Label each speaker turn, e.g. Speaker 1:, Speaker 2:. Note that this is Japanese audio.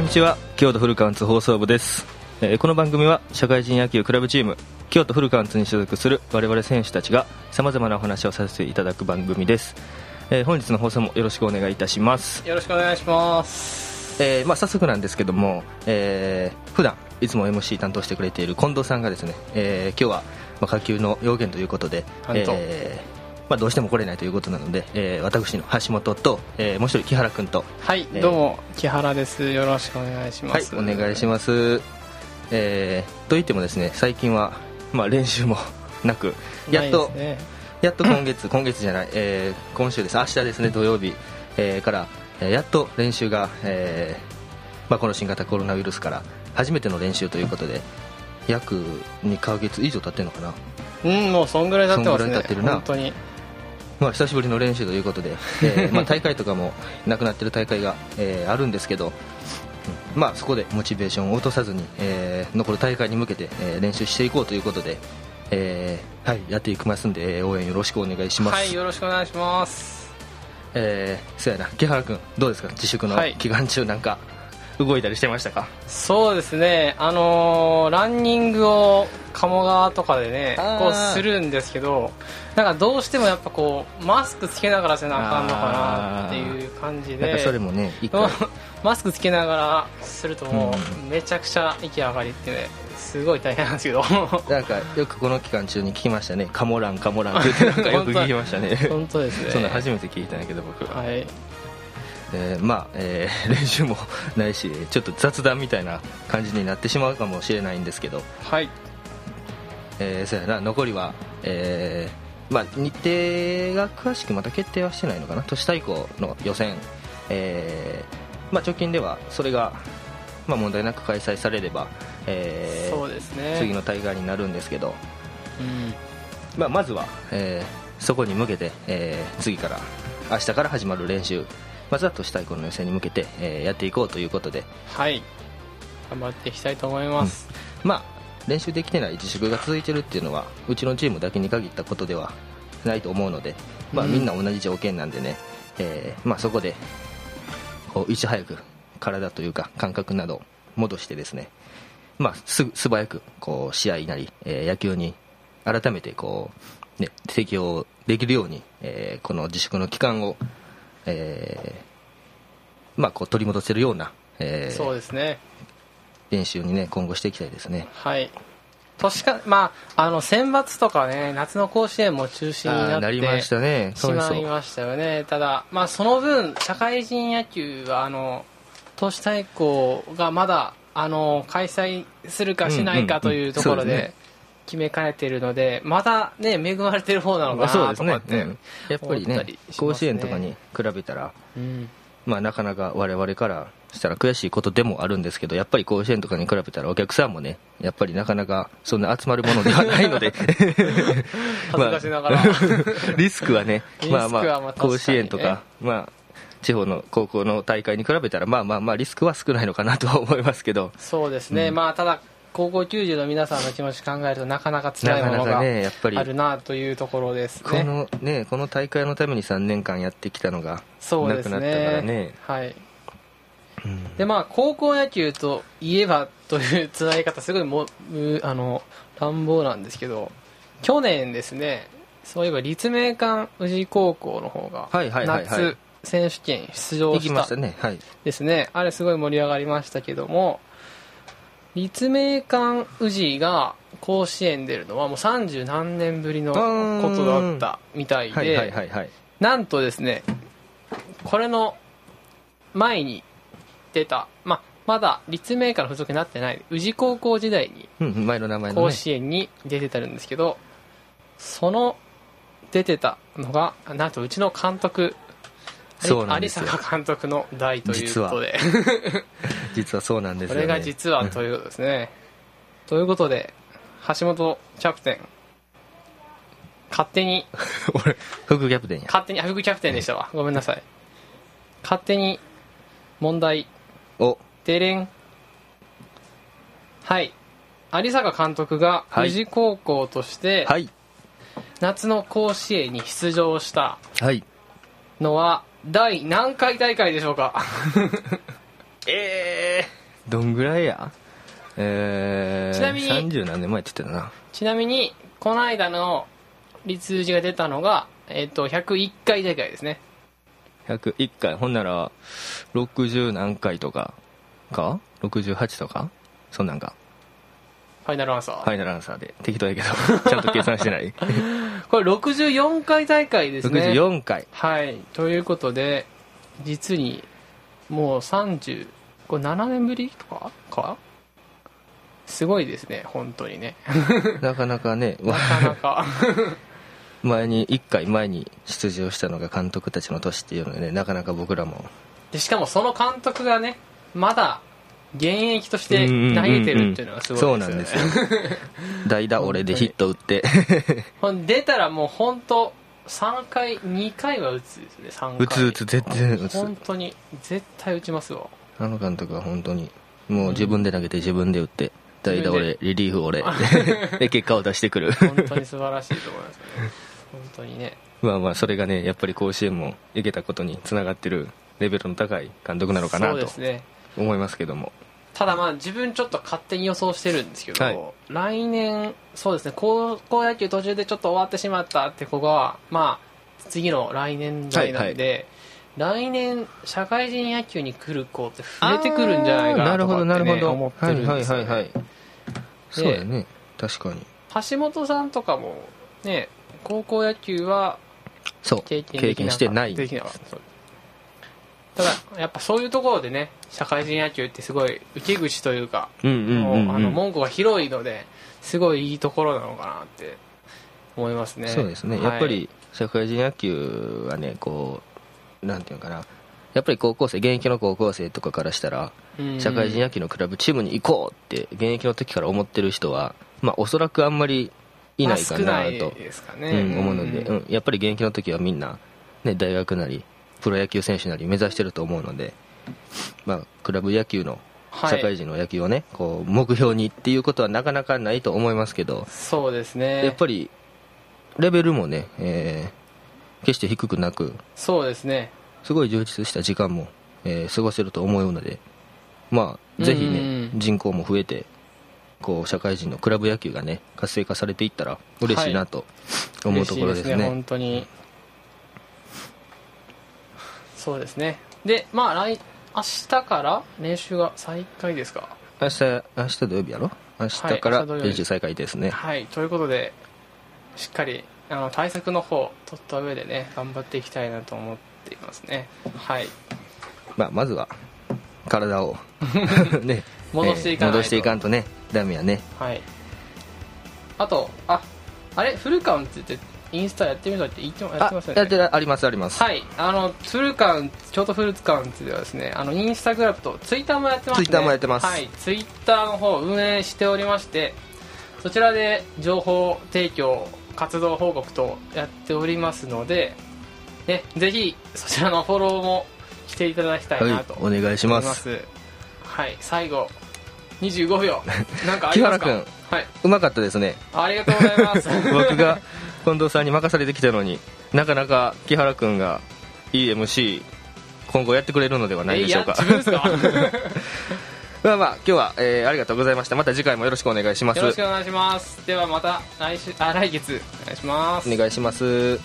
Speaker 1: にちは京都フルカウンツ放送部です、えーこの番組は社会人野球クラブチーム京都フルカウンツに所属する我々選手たちがさまざまなお話をさせていただく番組です、えー本日の放送もよろしくお願いいたします、
Speaker 2: よろしくお願いします。
Speaker 1: えーまあ、早速なんですけども、えー普段いつも MC 担当してくれている近藤さんがですね、えー今日は、まあ、下級の要件ということで、
Speaker 2: 担当
Speaker 1: えーまあ、どうしても来れないということなので、えー私の橋本と、えーもう一人木原君と
Speaker 2: はい、
Speaker 1: えー
Speaker 2: どうも木原です。よろしくお願いします。
Speaker 1: はい、お願いし
Speaker 2: ま
Speaker 1: ます、えーといってもですね最近は、まあ、練習もなくやっと、
Speaker 2: ね、
Speaker 1: やっと今月今月じゃない、えー今週です明日ですね土曜日、えーから、えーやっと練習が、えーまあ、この新型コロナウイルスから初めての練習ということで約2ヶ月以上経ってるのかな、
Speaker 2: うん、もうそんぐらい経ってます
Speaker 1: そんぐ
Speaker 2: ね。
Speaker 1: らい経ってるな
Speaker 2: 本当に。
Speaker 1: まあ、久しぶりの練習ということで、えー まあ、大会とかもなくなってる大会が、えーあるんですけど、うんまあ、そこでモチベーションを落とさずに、えー残る大会に向けて、えー練習していこうということで、えーはい、やっていきますんでえー応援よろしくお願いします、
Speaker 2: はい、よろしくお願いします。
Speaker 1: えーそうやな木原君どうですか自粛の
Speaker 2: はい
Speaker 1: 期間中なんか動いたりしてましたか、
Speaker 2: そうですね、あのーランニングを鴨川とかでね
Speaker 1: あー、
Speaker 2: こうするんですけど、なんかどうしてもやっぱこう、マスクつけながらせなあかんのかなっていう感じ
Speaker 1: なん
Speaker 2: で
Speaker 1: か、それもね一
Speaker 2: も
Speaker 1: 回
Speaker 2: う マスクつけながらするとも
Speaker 1: う
Speaker 2: う、めちゃくちゃ息上がりってね、すごい大変なんですけど。
Speaker 1: なんかよくこの期間中に聞きましたね「カモランカモラン」って言ってなんかよく聞きましたね
Speaker 2: 本当ですね。
Speaker 1: そんな初めて聞いたんだけど僕
Speaker 2: はい。
Speaker 1: えーまあ、えー練習もないしちょっと雑談みたいな感じになってしまうかもしれないんですけど、
Speaker 2: はい。
Speaker 1: えーそうやな残りは、えーまあ、日程が詳しくまた決定はしてないのかな都市対抗の予選、えーまあ、直近ではそれが、まあ、問題なく開催されれば、えー
Speaker 2: そうですね。
Speaker 1: 次の大会になるんですけど、
Speaker 2: うん
Speaker 1: まあ、まずは、えーそこに向けて、えー次から明日から始まる練習まずは都市対抗の予選に向けて、えーやっていこうということで。
Speaker 2: はい。頑張っていきたいと思います。
Speaker 1: まあ、練習できてない自粛が続いてるっていうのはうちのチームだけに限ったことではないと思うので、まあ、
Speaker 2: うん
Speaker 1: みんな同じ条件なんでね、えーまあ、そこでこういち早く体というか感覚などを戻してですね、まあ、すぐ素早くこう試合なり、えー野球に改めてこう、ね、適応できるように、えーこの自粛の期間を、えーまあ、こう取り戻せるような、えー
Speaker 2: そうですね。
Speaker 1: 練習に、ね、今後していきたいですね。
Speaker 2: はい。年か、まあ、あの、選抜とかね、夏の甲子園も中止に
Speaker 1: あ
Speaker 2: な
Speaker 1: あ
Speaker 2: っ
Speaker 1: なりま
Speaker 2: て
Speaker 1: したね
Speaker 2: しまいましたよね。ただ、まあ、その分、社会人野球は、あの、都市対抗がまだ、あの、開催するかしないかというところ
Speaker 1: うんうんうんそうです
Speaker 2: で
Speaker 1: ね、
Speaker 2: 決めかねてるので、まだね、恵まれてる方なの
Speaker 1: まあそ
Speaker 2: か
Speaker 1: うで
Speaker 2: な
Speaker 1: す
Speaker 2: とか
Speaker 1: ね
Speaker 2: っ、
Speaker 1: う
Speaker 2: て
Speaker 1: ん、やっぱり
Speaker 2: 思
Speaker 1: ね
Speaker 2: ったりしますね
Speaker 1: 甲子園とかに比べたら、
Speaker 2: うん
Speaker 1: まあ、なかなか我々からしたら悔しいことでもあるんですけどやっぱり甲子園とかに比べたらお客さんもねやっぱりなかなかそんな集まるものではない ので
Speaker 2: 恥ずかしながら、
Speaker 1: リスクはね
Speaker 2: リスク
Speaker 1: まあ
Speaker 2: は
Speaker 1: まあ
Speaker 2: まあ確かに
Speaker 1: 甲子園とか、まあ、地方の高校の大会に比べたらまあまあまあリスクは少ないのかなとは思いますけど
Speaker 2: そうですね、まあただ高校球児の皆さんの気持ち考えるとなかなか
Speaker 1: な
Speaker 2: 辛
Speaker 1: い
Speaker 2: も
Speaker 1: かな
Speaker 2: のが
Speaker 1: か
Speaker 2: あ
Speaker 1: ねやっぱり
Speaker 2: るなというところです
Speaker 1: こ
Speaker 2: ね
Speaker 1: のねこの大会のために3年間やってきたのが
Speaker 2: そうですね
Speaker 1: なくなったからね
Speaker 2: はい、でまあ高校野球といえばという伝え方すごいもうあの乱暴なんですけど去年ですねそういえば立命館宇治高校の方が
Speaker 1: はいはいはいはい
Speaker 2: 夏選手権出場
Speaker 1: 行
Speaker 2: し
Speaker 1: き
Speaker 2: た
Speaker 1: ましたねはい
Speaker 2: ですねあれすごい盛り上がりましたけども立命館宇治が甲子園出るのはもう三十何年ぶりのことだったみたい
Speaker 1: はいはいは
Speaker 2: で
Speaker 1: いはい
Speaker 2: なんとですねこれの前に出た、まあ、まだ立命館の付属になってない宇治高校時代に
Speaker 1: うん前の名前の
Speaker 2: 甲
Speaker 1: ね
Speaker 2: 子園に出てたんですけどその出てたのがなんとうちの監督
Speaker 1: そうなんで
Speaker 2: 有
Speaker 1: すよ
Speaker 2: 坂監督の代ということで
Speaker 1: 実はそうなんです
Speaker 2: こ
Speaker 1: よね
Speaker 2: れが実はということですね。ということで、橋本キャプテン、勝手に、
Speaker 1: 俺副キャプテンや
Speaker 2: 勝手に、あ、副キャプテンでしたわ。ごめんなさい。勝手に、問題、
Speaker 1: お
Speaker 2: デレン。はい。有坂監督が、
Speaker 1: はい
Speaker 2: 宇治高校として、
Speaker 1: はい
Speaker 2: 夏の甲子園に出場した
Speaker 1: はい
Speaker 2: のは、第何回大会でしょうか
Speaker 1: ええどんぐらいやえー、
Speaker 2: ちなみに
Speaker 1: 30何年前って言ってたな
Speaker 2: ちなみにこの間の数字が出たのが、えっと101回大会ですね
Speaker 1: 101回ほんなら60何回とかか68とかそんなんか
Speaker 2: ファイナルアンサー、
Speaker 1: ファイナルアンサーで適当やけど ちゃんと計算してない、
Speaker 2: これ64回大会ですね
Speaker 1: 64回
Speaker 2: はいということで実にもう30これ7年ぶりとかかすごいですね本当にね
Speaker 1: なかなかね
Speaker 2: なかなか
Speaker 1: 前に1回前に出場したのが監督たちの年っていうのでねなかなか僕らも
Speaker 2: でしかもその監督がねまだ現役として投げてるっていうのがすごいです
Speaker 1: そ
Speaker 2: よ
Speaker 1: う
Speaker 2: ね
Speaker 1: なんですよ代打俺でヒット打って
Speaker 2: ほん出たらもう本当3回2回は打つですね3回
Speaker 1: 打つ打つ絶対打つ
Speaker 2: 本当に絶対打ちますわ
Speaker 1: あの監督は本当にもう自分で投げて自分で打って代打俺リリーフ俺で結果を出してくる
Speaker 2: 本当に素晴らしいと思いますね本当にね
Speaker 1: まあまあそれがねやっぱり甲子園も行けたことにつながってるレベルの高い監督なのかな
Speaker 2: そう
Speaker 1: と
Speaker 2: ですね
Speaker 1: 思いますけども
Speaker 2: ただまあ自分ちょっと勝手に予想してるんですけど、
Speaker 1: はい
Speaker 2: 来年そうですね高校野球途中でちょっと終わってしまったって子がまあ次の来年代なんで、来年社会人野球に来る子って増えてくるんじゃない
Speaker 1: あー
Speaker 2: かなとかって、ね、
Speaker 1: なるほどなるほど
Speaker 2: 思ってるんですよ、ね
Speaker 1: はいはいはいはいそうやね確かに
Speaker 2: 橋本さんとかもね高校野球は
Speaker 1: そう
Speaker 2: 経験
Speaker 1: 経験してない
Speaker 2: できなかったただやっぱそういうところでね社会人野球ってすごい受け口というか、
Speaker 1: うんうんうんうん
Speaker 2: あの門戸が広いのですごいいいところなのかなって思いますね
Speaker 1: そうですね、
Speaker 2: はい
Speaker 1: やっぱり社会人野球はねこうなんていうのかなやっぱり高校生現役の高校生とかからしたら
Speaker 2: うん
Speaker 1: 社会人野球のクラブチームに行こうって現役の時から思ってる人は、まあ、おそらくあんまりいないか
Speaker 2: まあ
Speaker 1: な
Speaker 2: 少い
Speaker 1: と、
Speaker 2: ですか
Speaker 1: う
Speaker 2: ね
Speaker 1: ん、思うので、うん、やっぱり現役の時はみんな、ね、大学なりプロ野球選手なり目指してると思うので、まあ、クラブ野球の
Speaker 2: はい
Speaker 1: 社会人の野球をね、こう目標にっていうことはなかなかないと思いますけど、
Speaker 2: そうですね
Speaker 1: やっぱりレベルもね、えー決して低くなく
Speaker 2: そうですね
Speaker 1: すごい充実した時間も、えー過ごせると思うのでまあぜひ
Speaker 2: うん
Speaker 1: ね
Speaker 2: うん
Speaker 1: 人口も増えてこう社会人のクラブ野球がね活性化されていったら嬉しいなと思うところですね,、
Speaker 2: 嬉しい本当にそうですねでまあ来明日から練習が再開ですか
Speaker 1: 明日明日土曜日やろ明日か
Speaker 2: は
Speaker 1: ら
Speaker 2: い明日土曜日
Speaker 1: 練習再開ですね、
Speaker 2: はいということでしっかりあの対策の方取った上でね頑張っていきたいなと思っていますねはい
Speaker 1: まあ、まずは体 を、ね、
Speaker 2: 戻していかない
Speaker 1: えー
Speaker 2: と
Speaker 1: 戻していかんとねダメやね
Speaker 2: はいあとああれフルカウンツってインスタやってみたって言ってもやって
Speaker 1: あ
Speaker 2: ますよね
Speaker 1: やってるありますあります、
Speaker 2: はいあのフルカウン京都フルカウンツではですねあのインスタグラムとツイッターもやってますね
Speaker 1: ツイッターもやってます
Speaker 2: はいツイッターの方運営しておりましてそちらで情報提供活動報告とやっておりますのでねぜひそちらのフォローもしていただきたいな
Speaker 1: は
Speaker 2: と
Speaker 1: い、お
Speaker 2: 思い
Speaker 1: 願いし
Speaker 2: ま,、
Speaker 1: ますす
Speaker 2: はい最後25秒 なんかありますか
Speaker 1: 木原
Speaker 2: はい、
Speaker 1: うまかったですね
Speaker 2: ありがとうございます
Speaker 1: 僕 が近藤さんに任されてきたのになかなか木原君が EMC 今後やってくれるのではないでしょうか
Speaker 2: えいや自分ですか
Speaker 1: まあまあ今日は、えーありがとうございましたまた次回もよろしくお願いします
Speaker 2: よろしくお願いしますではまた来週あ来月お願いします
Speaker 1: お願いします